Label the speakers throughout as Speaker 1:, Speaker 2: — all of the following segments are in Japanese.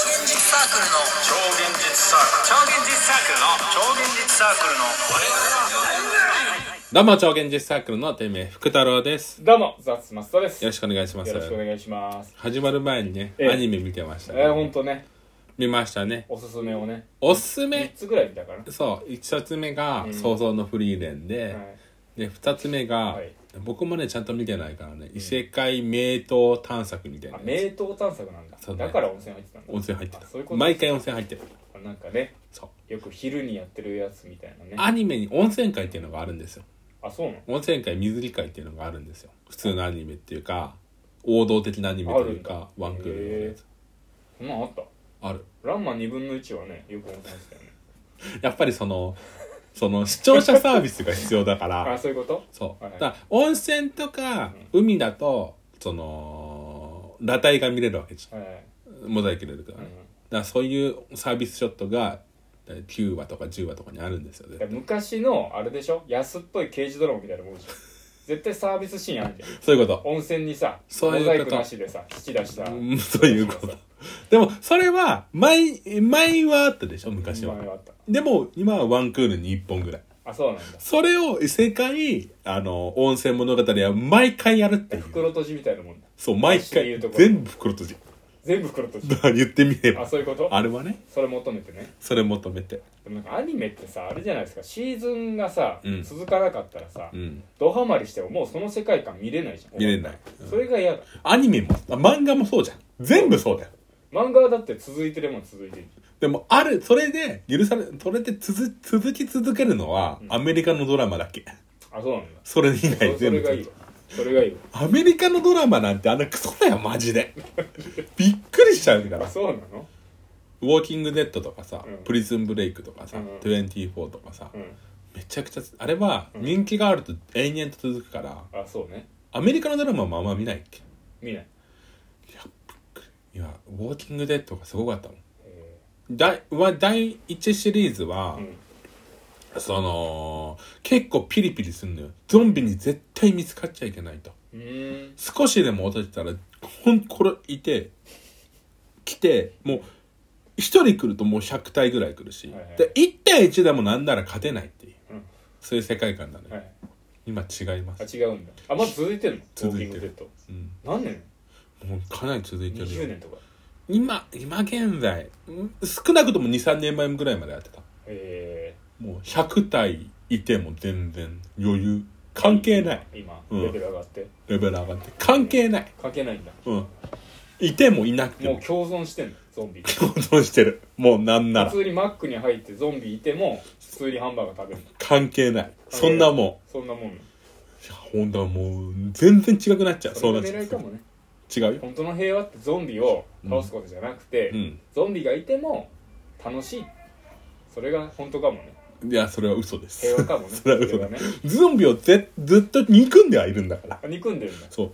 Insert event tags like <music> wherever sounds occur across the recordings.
Speaker 1: ークルの
Speaker 2: 超現実サーク
Speaker 1: 超現実サークルの
Speaker 2: ル超現実サークルの
Speaker 3: どうも超現実サークルの店名福太郎です
Speaker 4: どうも、ザッツマストです。
Speaker 3: よろ
Speaker 4: よ
Speaker 3: しくお願いします
Speaker 4: ろしくお願いします。
Speaker 3: 始まる前にね、
Speaker 4: ええ
Speaker 3: アニメ見てました、ね
Speaker 4: えー、ほんとね、
Speaker 3: 見ましたね
Speaker 4: おすすめをね、
Speaker 3: おすすめ
Speaker 4: 3つぐらい見たから。
Speaker 3: そう1冊目が
Speaker 4: う
Speaker 3: 「
Speaker 4: ん
Speaker 3: 想像のフリーレンで」
Speaker 4: はい
Speaker 3: で2つ目が、
Speaker 4: はい
Speaker 3: 僕もねちゃんと見てないからね異世界名刀探索みたいな、、
Speaker 4: あ名刀探索なんだ
Speaker 3: そ。うだね
Speaker 4: だから温泉入ってたんだ。
Speaker 3: 温泉入って
Speaker 4: あそういう
Speaker 3: た
Speaker 4: こと
Speaker 3: 毎回温泉入ってる
Speaker 4: なんかね、
Speaker 3: そう
Speaker 4: よく昼にやってるやつみたいなね。
Speaker 3: アニメに温泉会っていうのがあるんですよ
Speaker 4: あ、そうな
Speaker 3: 温泉会水着会っていうのがあるんですよ普通のアニメっていうか王道的なアニメというか
Speaker 4: あ
Speaker 3: ワ
Speaker 4: る
Speaker 3: ン
Speaker 4: ん
Speaker 3: ク
Speaker 4: だ
Speaker 3: ールのやつ
Speaker 4: のそんなんあった。
Speaker 3: ある
Speaker 4: ランマ2分の1はね、よく温泉入ってたよね。
Speaker 3: やっぱりそのその視聴者サービスが必要だか
Speaker 4: あ、 <laughs>
Speaker 3: ら
Speaker 4: そういうこと
Speaker 3: そう
Speaker 4: はい
Speaker 3: だから温泉とか海だとその裸体が見れるわけじゃ
Speaker 4: はい。
Speaker 3: んモザイク入れるから
Speaker 4: うん
Speaker 3: ねだからそういうサービスショットがだから9話とか10話とかにあるんですよ
Speaker 4: だから
Speaker 3: ね
Speaker 4: 昔の、あれでしょ安っぽい刑事ドラマみたいなもんじゃん。絶対サービスシーンあるじゃん。
Speaker 3: そういうこ
Speaker 4: 温泉にさ、
Speaker 3: そういうこと
Speaker 4: モザイクなしでさ、引き出した。
Speaker 3: とうんそういうことでもそれは前前はあったでしょ昔
Speaker 4: 前
Speaker 3: は
Speaker 4: はあった。
Speaker 3: でも今はワンクールに1本ぐらい
Speaker 4: あ、そうなんだ。
Speaker 3: それを異世界あの温泉物語は毎回やるっていう
Speaker 4: 袋閉じみたいなもんだ。
Speaker 3: そう毎
Speaker 4: 私で言
Speaker 3: 回
Speaker 4: うとこ
Speaker 3: 全部袋閉じ
Speaker 4: 全部袋閉じ
Speaker 3: だ。から言ってみれ
Speaker 4: あ、
Speaker 3: ば
Speaker 4: そういうこと
Speaker 3: あれはね
Speaker 4: それ求めてね。
Speaker 3: それ求めて
Speaker 4: でもなんかアニメってさ、あれじゃないですか、シーズンがさ、
Speaker 3: うん
Speaker 4: 続かなかったらさ、
Speaker 3: うん
Speaker 4: ドハマりしてももうその世界観見れないじゃん。
Speaker 3: 見れない
Speaker 4: それが嫌だ。
Speaker 3: アニメもあ漫画もそうじゃん全部そうだよ
Speaker 4: 漫画はだって続いてるもん続いてる。
Speaker 3: でもあるそれで許されそれで続続き続けるのはアメリカのドラマだけ
Speaker 4: あ、そうなんだ。
Speaker 3: それ以外
Speaker 4: そそ
Speaker 3: 全
Speaker 4: れ
Speaker 3: 部
Speaker 4: がいいわ。それがいいわ。
Speaker 3: アメリカのドラマなんてあのクソだよマジ
Speaker 4: <laughs>
Speaker 3: でびっくりしちゃうから
Speaker 4: あ、そうなの
Speaker 3: ウォーキングデッドとかさ、
Speaker 4: うん
Speaker 3: プリズンブレイクとかさ、
Speaker 4: うん
Speaker 3: 24とかさ、
Speaker 4: うん。
Speaker 3: めちゃくちゃあれは人気があると延々と続くから
Speaker 4: あ、そうね。
Speaker 3: アメリカのドラマもあんま見ないっけ
Speaker 4: 見ない。
Speaker 3: いやウォーキングデッドがすごかったもん
Speaker 4: え
Speaker 3: 第は第1シリーズは
Speaker 4: ーう、ん。
Speaker 3: その結構ピリピリするのよゾンビに絶対見つかっちゃいけないと
Speaker 4: うーん。
Speaker 3: 少しでも落としたらほんこれいて来てもう1人来るともう100体ぐらい来るし、
Speaker 4: はいはい
Speaker 3: で1対1でもなんなら勝てないっていう、
Speaker 4: うん
Speaker 3: そういう世界観なのよ、
Speaker 4: はい。
Speaker 3: 今違いま
Speaker 4: あ、
Speaker 3: す、
Speaker 4: 違うんだ。あ、まだ続いてるの
Speaker 3: 続い
Speaker 4: ウォ
Speaker 3: てる
Speaker 4: ーキングデッ
Speaker 3: うん、
Speaker 4: ド。何年
Speaker 3: もうかなり続いてる
Speaker 4: ?20
Speaker 3: よ
Speaker 4: 年とか。
Speaker 3: 今今現在うん少なくとも23年前ぐらいまでやってた
Speaker 4: えー。
Speaker 3: もう100体いても全然余裕関係ない
Speaker 4: 今
Speaker 3: うん
Speaker 4: レベル上がって、
Speaker 3: レベル上がって関係ない
Speaker 4: かけないんだ
Speaker 3: うんいてもいなくて
Speaker 4: もう
Speaker 3: も
Speaker 4: 共存してんのゾンビ
Speaker 3: 共存してるもうなんなら
Speaker 4: 普通にマックに入ってゾンビいても普通にハンバーガー食べるの
Speaker 3: 関係ないそんなも
Speaker 4: そんなもんね
Speaker 3: んいやほんとはもう全然違くなっちゃう
Speaker 4: そ
Speaker 3: そう
Speaker 4: れ
Speaker 3: なっちゃ
Speaker 4: が狙
Speaker 3: う
Speaker 4: いかもね
Speaker 3: 違うよ
Speaker 4: 本当の平和ってゾンビを倒すことじゃなくて、
Speaker 3: う
Speaker 4: ゾンビがいても楽しいそれが本当かもね
Speaker 3: んいやそれは嘘です
Speaker 4: 平和かもね
Speaker 3: それは嘘
Speaker 4: 平
Speaker 3: だ
Speaker 4: 和ね
Speaker 3: <laughs> ゾンビをぜずっと憎んではいるんだから
Speaker 4: あ憎んでるんだ
Speaker 3: そう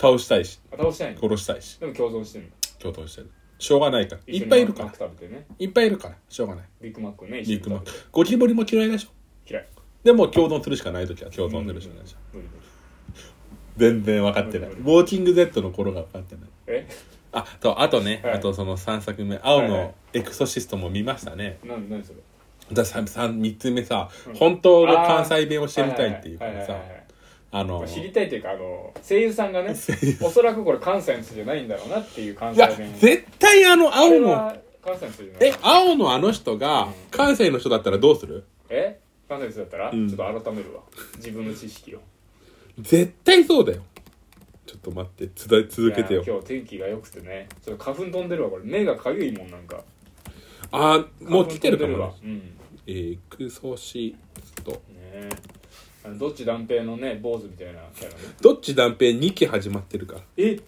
Speaker 3: 倒したいし
Speaker 4: あ倒してないの
Speaker 3: 殺したいし
Speaker 4: でも共存してんの
Speaker 3: 共闘してるしょうがないからいっ
Speaker 4: 一緒に
Speaker 3: ぱいいるか
Speaker 4: マ
Speaker 3: ら
Speaker 4: ック食べてね
Speaker 3: いっぱいいるからしょうがない
Speaker 4: ビッグマックね一緒に
Speaker 3: 肉
Speaker 4: 食べ
Speaker 3: まん
Speaker 4: て
Speaker 3: ゴキブリも嫌いでしょ
Speaker 4: 嫌い
Speaker 3: でも共存するしかない時は共存するしかないじゃん
Speaker 4: 無理無理
Speaker 3: 全然分かってないウ
Speaker 4: うん
Speaker 3: ォーキング Z の頃が分かってない
Speaker 4: え
Speaker 3: あとあとね、
Speaker 4: はい
Speaker 3: あとその3作目青
Speaker 4: はいは
Speaker 3: の
Speaker 4: い
Speaker 3: エクソシストも見ましたね、
Speaker 4: 何何それ
Speaker 3: ださ三3つ目さ、
Speaker 4: うん
Speaker 3: 本当の関西弁を知りたいっていうから
Speaker 4: は
Speaker 3: さ
Speaker 4: ははいはい
Speaker 3: あの
Speaker 4: 知りたいというかあの声優さん
Speaker 3: <laughs>
Speaker 4: がねおそらくこれ関西の人じゃないんだろうなっていう関
Speaker 3: い
Speaker 4: 西
Speaker 3: や
Speaker 4: 弁
Speaker 3: 絶対あの
Speaker 4: こ
Speaker 3: 青
Speaker 4: れ
Speaker 3: の
Speaker 4: は関西の人じゃない
Speaker 3: え青のあの人が
Speaker 4: うん
Speaker 3: 関西の人だったらどうする
Speaker 4: え関西の人だったら、
Speaker 3: ん
Speaker 4: ちょっと改めるわ自分の知識を
Speaker 3: 絶対そうだよちょっと待ってつだ続けてよ
Speaker 4: いや今日天気が良くてねちょっと花粉飛んでるわこれ目がかゆいもんなんか
Speaker 3: あーもう来てるか
Speaker 4: 花
Speaker 3: も
Speaker 4: 粉
Speaker 3: ね
Speaker 4: 飛んでるわ
Speaker 3: エクソシスト
Speaker 4: うんねえあのどっち断平のね坊主みたいなキャラね
Speaker 3: どっち断片2期始まってるから
Speaker 4: え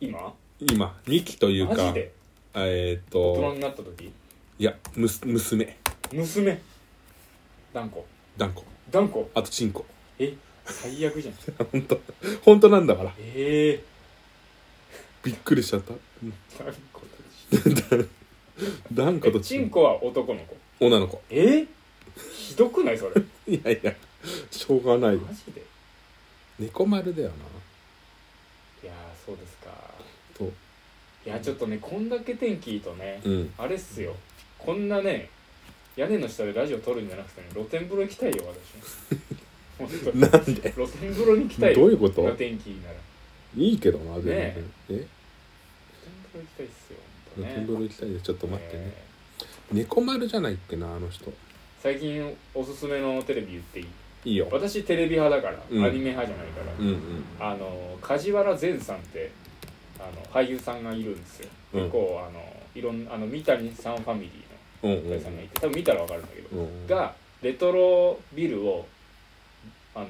Speaker 4: 今
Speaker 3: 今2期という
Speaker 4: マジ
Speaker 3: か
Speaker 4: で
Speaker 3: えーっ
Speaker 4: 大人
Speaker 3: と
Speaker 4: になった時
Speaker 3: いやむす娘
Speaker 4: 娘断固
Speaker 3: 断固
Speaker 4: 断固
Speaker 3: あとチンコ
Speaker 4: え最悪じゃん
Speaker 3: 本当本当なんだから
Speaker 4: ええ
Speaker 3: びっくりしちゃったうん
Speaker 4: 断固
Speaker 3: 断固
Speaker 4: え
Speaker 3: と
Speaker 4: チンコは男の子
Speaker 3: 女の子
Speaker 4: えひどくないそれ
Speaker 3: いやいやしょうがないよ
Speaker 4: マジで
Speaker 3: 猫丸だよない
Speaker 4: やーそうですか
Speaker 3: と
Speaker 4: いやちょっとねこんだけ天気いいとね、
Speaker 3: うん
Speaker 4: あれっすよこんなね屋根の下でラジオ撮るんじゃなくてね露天風呂行きたいよ私本当に
Speaker 3: なんで
Speaker 4: 露天風呂に行きたいよ
Speaker 3: どういうこと
Speaker 4: んな天気いいなら
Speaker 3: いいけどな全然
Speaker 4: ね
Speaker 3: え
Speaker 4: 露天風呂行きたいっす
Speaker 3: 露
Speaker 4: よ本当ね
Speaker 3: 天風呂行きたいでちょっと待ってね
Speaker 4: え
Speaker 3: 猫丸じゃないっけなあの人
Speaker 4: ー最近おすすめのテレビ言っていい
Speaker 3: いいよ
Speaker 4: 私テレビ派だから、
Speaker 3: うん
Speaker 4: アニメ派じゃないから、
Speaker 3: うんうん
Speaker 4: あの梶原善さんってあの俳優さんがいるんですよ、
Speaker 3: うん
Speaker 4: 結構あのいろんなあの三谷さんファミリ
Speaker 3: うん
Speaker 4: ー
Speaker 3: う
Speaker 4: の俳優さんがいて多分見たらわかるんだけど、
Speaker 3: んうん
Speaker 4: がレトロビルをあの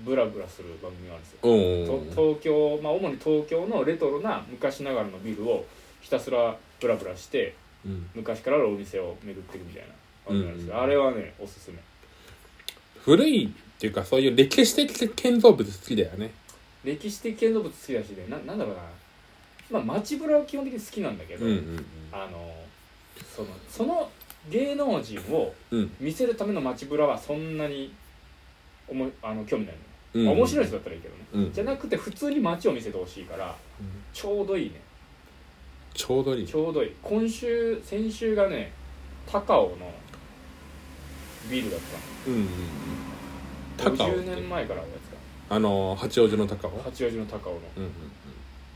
Speaker 4: ブラブラする番組があるんですよ、
Speaker 3: うん
Speaker 4: と
Speaker 3: うん
Speaker 4: 東京、まあ、主に東京のレトロな昔ながらのビルをひたすらブラブラして
Speaker 3: うん
Speaker 4: 昔からあるお店を巡っていくみたいな番組なんですよ、
Speaker 3: うんうん
Speaker 4: あれはねおすすめ
Speaker 3: 古いっていうかそういう歴史的建造物好きだよね
Speaker 4: 歴史的建造物好きだしねななんだろうなまあ街ブラは基本的に好きなんだけど、
Speaker 3: うんうん
Speaker 4: あのそのその芸能人を
Speaker 3: うん
Speaker 4: 見せるための街ブラはそんなにおもあの興味ないの、
Speaker 3: うん
Speaker 4: 面白い人だったらいいけどね、
Speaker 3: うん
Speaker 4: じゃなくて普通に街を見せてほしいから
Speaker 3: うん
Speaker 4: ちょうどいいね
Speaker 3: ちょうどいい
Speaker 4: ちょうどいい今週先週がね高尾のビールだっ
Speaker 3: うんうんうん
Speaker 4: たの
Speaker 3: 高尾って
Speaker 4: 50年前からのやつ
Speaker 3: あのー八王子の高尾
Speaker 4: か八王子の高尾の
Speaker 3: うんうん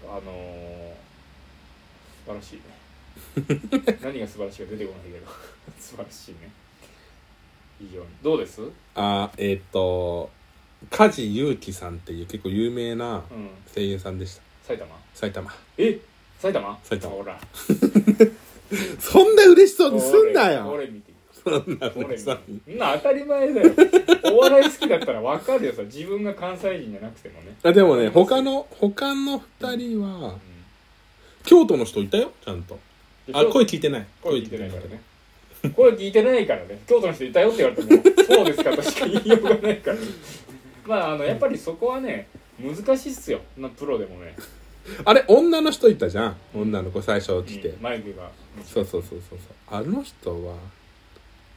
Speaker 3: うん
Speaker 4: あのー、素晴らし <laughs> いね何が素晴らしいか出てこないけど <laughs> 素晴らしいね非常にどうですうん
Speaker 3: あーえっと梶裕貴さんっていう結構有名な声優さんでした
Speaker 4: 埼玉
Speaker 3: 埼玉
Speaker 4: え埼玉
Speaker 3: 埼玉
Speaker 4: ほら
Speaker 3: そんな嬉しそうにすんな
Speaker 4: 俺
Speaker 3: よ
Speaker 4: 俺見て
Speaker 3: そんな
Speaker 4: 俺見
Speaker 3: 嬉
Speaker 4: て
Speaker 3: し
Speaker 4: そ
Speaker 3: そうん
Speaker 4: な当たり前 <laughs> だよお笑い好きだったら分かるよさ自分が関西人じゃなくてもね、
Speaker 3: あでもね他の他の二人は
Speaker 4: う
Speaker 3: 京都の人いたよちゃんと
Speaker 4: んで
Speaker 3: あ声聞いてない
Speaker 4: 声聞いてないからね <laughs> 声聞いてないからね京都の人いたよって言われてもそうですかとしか言いようがない
Speaker 3: <laughs>
Speaker 4: からまああのやっぱりそこはね難しいっすよなプロでもね、
Speaker 3: あれ女の人いたじゃん女の子最初来て、
Speaker 4: うん眉毛が
Speaker 3: そうそうそうそうそうあの人は
Speaker 4: も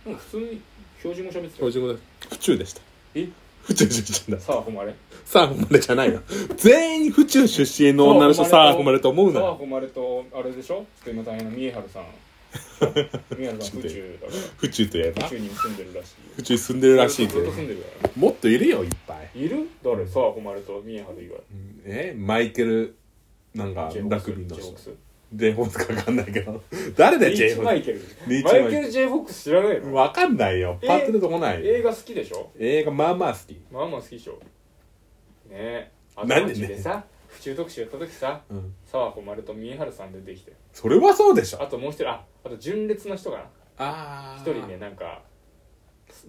Speaker 4: う普通に標準語喋ってた
Speaker 3: 標
Speaker 4: よ
Speaker 3: 準語で府中でした
Speaker 4: え
Speaker 3: 府中出身だ
Speaker 4: さあ誉れ
Speaker 3: サーフまでじゃないよ全員府中出身の女の人サーフまでと思うな
Speaker 4: さあ
Speaker 3: よ
Speaker 4: 誉れとあれでしょちょっと今大変な三重
Speaker 3: <laughs>
Speaker 4: 春さん三重春さん宇宙だか
Speaker 3: 府中といえ
Speaker 4: ら
Speaker 3: ば
Speaker 4: 宇宙に住んでるらしい
Speaker 3: 府中住んでるらしいぜ
Speaker 4: ずっと住んでるからね
Speaker 3: もっといるよいっぱい
Speaker 4: いる誰さあ誉れと三重春以外
Speaker 3: えマイケルなんか
Speaker 4: ジェイホ
Speaker 3: ラ
Speaker 4: ックス
Speaker 3: グビーの
Speaker 4: ジェ
Speaker 3: 人
Speaker 4: イホックス
Speaker 3: ジェイホースかわかんないけど誰だよ
Speaker 4: リ
Speaker 3: ジェイ
Speaker 4: ーチ
Speaker 3: ホ
Speaker 4: マ
Speaker 3: ー
Speaker 4: イケル
Speaker 3: リーチマ
Speaker 4: マ
Speaker 3: イケル
Speaker 4: イケル・ジェイ・フォックス知らない
Speaker 3: ス
Speaker 4: の
Speaker 3: わかんないよパッと出てこない
Speaker 4: 映画好きでしょ
Speaker 3: 映画まあまあ好き
Speaker 4: まあまあ好きでしょねえあ
Speaker 3: なんでね
Speaker 4: でさ府中特集やった時さ
Speaker 3: うん
Speaker 4: 沢誉と三重春さん出てきて
Speaker 3: それはそうでしょ
Speaker 4: あともう一人ああと純烈の人かな
Speaker 3: あ
Speaker 4: 一
Speaker 3: ー
Speaker 4: 人ねなんか、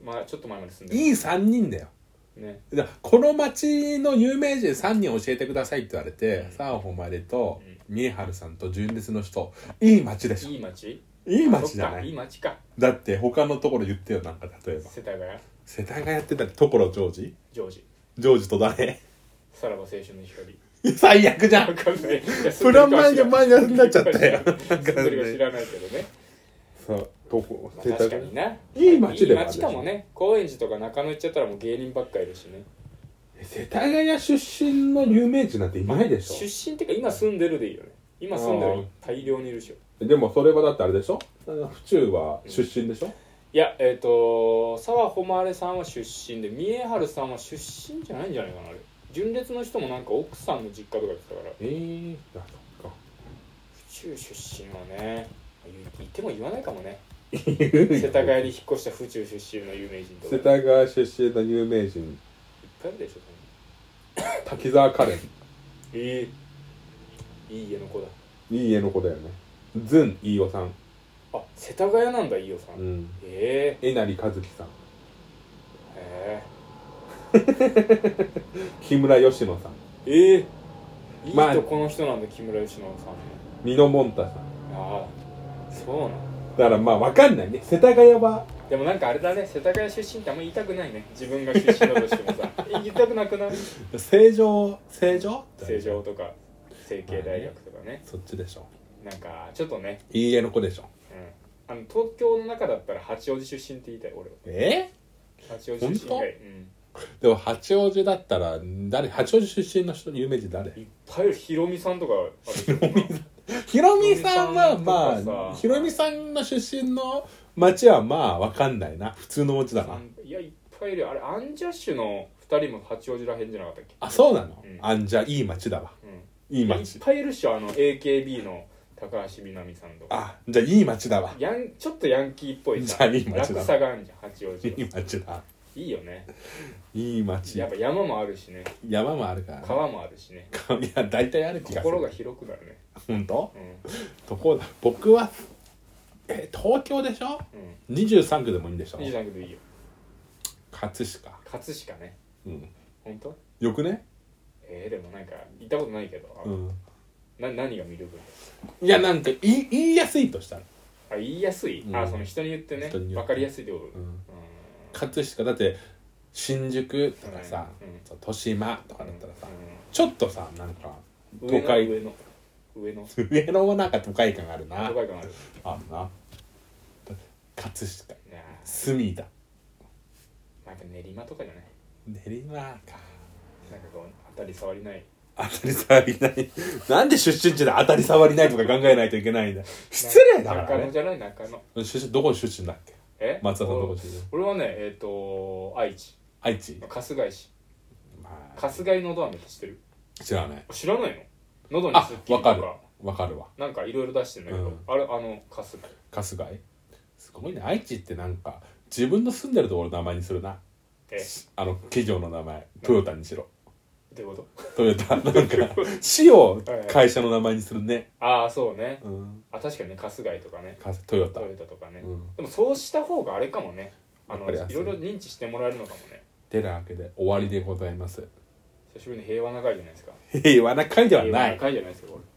Speaker 4: まあ、ちょっと前まで住んで
Speaker 3: いい3人だよ
Speaker 4: ね
Speaker 3: だからこの町の有名人3人教えてくださいって言われて、サーホマレと三重春さんと純烈の人いい町でしょ
Speaker 4: いい町
Speaker 3: いい
Speaker 4: そ
Speaker 3: 町
Speaker 4: っ
Speaker 3: じゃ
Speaker 4: か
Speaker 3: ない
Speaker 4: い
Speaker 3: い
Speaker 4: 町か
Speaker 3: だって他のところ言ってよなんか例えば
Speaker 4: 世田谷
Speaker 3: 世田谷ってだって所ジョージ
Speaker 4: ジョージ
Speaker 3: ジョージと誰 <laughs>
Speaker 4: さらば青春の光
Speaker 3: 最悪じゃ
Speaker 4: わ
Speaker 3: ん
Speaker 4: かんないいや
Speaker 3: <laughs> プラマイがマイナスになっちゃった
Speaker 4: <laughs>
Speaker 3: よ
Speaker 4: 住んでるか知らないけどね
Speaker 3: そうどこ
Speaker 4: まあ
Speaker 3: 世
Speaker 4: 確
Speaker 3: 田
Speaker 4: か
Speaker 3: 谷
Speaker 4: にない
Speaker 3: い街ではあ
Speaker 4: いい
Speaker 3: る
Speaker 4: 街かもね高円寺とか中野行っちゃったらもう芸人ばっかいるしね
Speaker 3: 世田谷出身の有名人なんていないでし
Speaker 4: 出身ってか今住んでるでいいよね今住んで
Speaker 3: あ
Speaker 4: る
Speaker 3: ー
Speaker 4: 大量にいるでしょ
Speaker 3: ょでもそれはだってあれでしょあの府中は出身でしょ
Speaker 4: いやえっ、と澤誉さんは出身で三重春さんは出身じゃないんじゃないかなあれ純烈の人もなんか奥さんの実家とか言ってたから
Speaker 3: ええー、あそっか
Speaker 4: 府中出身はね言っても言わないかもね世
Speaker 3: 世
Speaker 4: 田谷に引っ越した府中出身の有名人とか
Speaker 3: 世
Speaker 4: いっぱい
Speaker 3: 田谷出身の有名人
Speaker 4: あるでしょ多分
Speaker 3: 滝沢カレン
Speaker 4: ええいい家の子だ
Speaker 3: いい家の子だよねずん飯尾さん、
Speaker 4: あ世田谷なんだ飯尾さん、
Speaker 3: うん、
Speaker 4: ええ
Speaker 3: えなりかずきさん
Speaker 4: え
Speaker 3: 木村佳乃さん
Speaker 4: えええいい
Speaker 3: まあ
Speaker 4: とこの人なんだ木村佳乃さんね
Speaker 3: 美濃もんたさん
Speaker 4: ああそうなん
Speaker 3: だからまあわかんないね世田谷は
Speaker 4: でもなんかあれだね世田谷出身ってあんま言いたくないね自分が出身だとして
Speaker 3: <laughs>
Speaker 4: もさ言いたくなくない
Speaker 3: 成城成城
Speaker 4: 成城とか成蹊大学とかね
Speaker 3: そっちでしょ
Speaker 4: なんかちょっとね、
Speaker 3: いい家の子でしょ
Speaker 4: うん、あの東京の中だったら八王子出身って言いたい俺は
Speaker 3: え
Speaker 4: 八王子出身以
Speaker 3: 本
Speaker 4: 外、うん、
Speaker 3: でも八王子だったら誰八王子出身の人有名人誰
Speaker 4: いっぱいいるヒロミさんとかあるでしょ
Speaker 3: ひろみさんは
Speaker 4: ひろみさんとか
Speaker 3: まあ
Speaker 4: さ
Speaker 3: ひろみさんの出身の町はまあわかんないな普通の町だな、
Speaker 4: いやいっぱいいるよあれアンジャッシュの2人も八王子らへんじゃなかったっけ
Speaker 3: あそうなの、
Speaker 4: うん
Speaker 3: あんじゃいい町だわ
Speaker 4: うん
Speaker 3: いい
Speaker 4: いやいっ
Speaker 3: 町
Speaker 4: ぱいいるっしょあの AKB の高橋みなみさんとか
Speaker 3: あじゃあいい町だわ
Speaker 4: やんちょっとヤンキーっぽい
Speaker 3: じゃ
Speaker 4: さ
Speaker 3: あいい街だ
Speaker 4: 落差があるじゃん八王
Speaker 3: い
Speaker 4: 子はい
Speaker 3: 町だ
Speaker 4: いいよね
Speaker 3: いい町
Speaker 4: やっぱ山もあるしね
Speaker 3: 山もあるから
Speaker 4: 川もあるしね
Speaker 3: いや大体ある気がする
Speaker 4: 心が広くなるね
Speaker 3: 本当
Speaker 4: うん
Speaker 3: とこだ僕はえ東京でしょ
Speaker 4: うん
Speaker 3: 23区でもいいんでしょ
Speaker 4: いいじゃなくていいよ
Speaker 3: 葛飾
Speaker 4: 葛飾ね
Speaker 3: うん
Speaker 4: 本当
Speaker 3: よくね
Speaker 4: えー、でもなんか行ったことないけど、あ
Speaker 3: うん
Speaker 4: な何が魅力
Speaker 3: いやなんか言い言いやすいとしたら
Speaker 4: あ言いやすい、
Speaker 3: うん
Speaker 4: あその人に言ってね
Speaker 3: 人に言って
Speaker 4: 分かりやすいってこと、
Speaker 3: う
Speaker 4: うんん
Speaker 3: 葛飾だって新宿とかさ、
Speaker 4: うんうん
Speaker 3: そう豊島とかだったらさ、
Speaker 4: う
Speaker 3: ちょっとさなんか
Speaker 4: ん
Speaker 3: 都会
Speaker 4: 上の上の
Speaker 3: 上野はなんか都会感があるな
Speaker 4: 都会感ある
Speaker 3: あるな葛飾
Speaker 4: いやー
Speaker 3: 隅田
Speaker 4: まあやっぱ練馬とかじゃない
Speaker 3: 練馬か
Speaker 4: なんかこう当たり障りない
Speaker 3: 当たり障りないなんで出身地で当たり障りないとか考えないといけないんだ失礼だか
Speaker 4: 中
Speaker 3: ら
Speaker 4: 野
Speaker 3: ね
Speaker 4: じゃない中野
Speaker 3: 出身どこ出身だっけ
Speaker 4: え
Speaker 3: 松田さんどこ
Speaker 4: 俺
Speaker 3: 出身
Speaker 4: 俺はねえっ、と愛知
Speaker 3: 愛知、
Speaker 4: 春日井市
Speaker 3: まあ、
Speaker 4: 春日井のど飴って知ってる
Speaker 3: 知らない
Speaker 4: 知らないの喉に
Speaker 3: あ
Speaker 4: すっきり
Speaker 3: わ
Speaker 4: と
Speaker 3: か
Speaker 4: か
Speaker 3: るわかるわ
Speaker 4: なんかいろいろ出してんだけど、
Speaker 3: うん
Speaker 4: あれあの春日井
Speaker 3: 春日井すごいね愛知ってなんか自分の住んでるところの名前にするな
Speaker 4: え
Speaker 3: あの企業の名前トヨタにしろ
Speaker 4: どういうこと <laughs>
Speaker 3: トヨタなん <laughs> か市を会社の名前にするね、
Speaker 4: ああそうね
Speaker 3: うん、
Speaker 4: あ確かにね春日井とかね
Speaker 3: かトヨタ
Speaker 4: トヨタとかね、
Speaker 3: うん
Speaker 4: でもそうした方があれかもねあ
Speaker 3: やっ
Speaker 4: の
Speaker 3: ぱ
Speaker 4: い
Speaker 3: り
Speaker 4: ろ
Speaker 3: 安い
Speaker 4: いろ認知してもらえるのかもね
Speaker 3: てなわけで終わりでございます
Speaker 4: 久しぶりに平和な会じゃないですか
Speaker 3: 平和な会では
Speaker 4: 平和
Speaker 3: な
Speaker 4: ない会じゃないですかこれ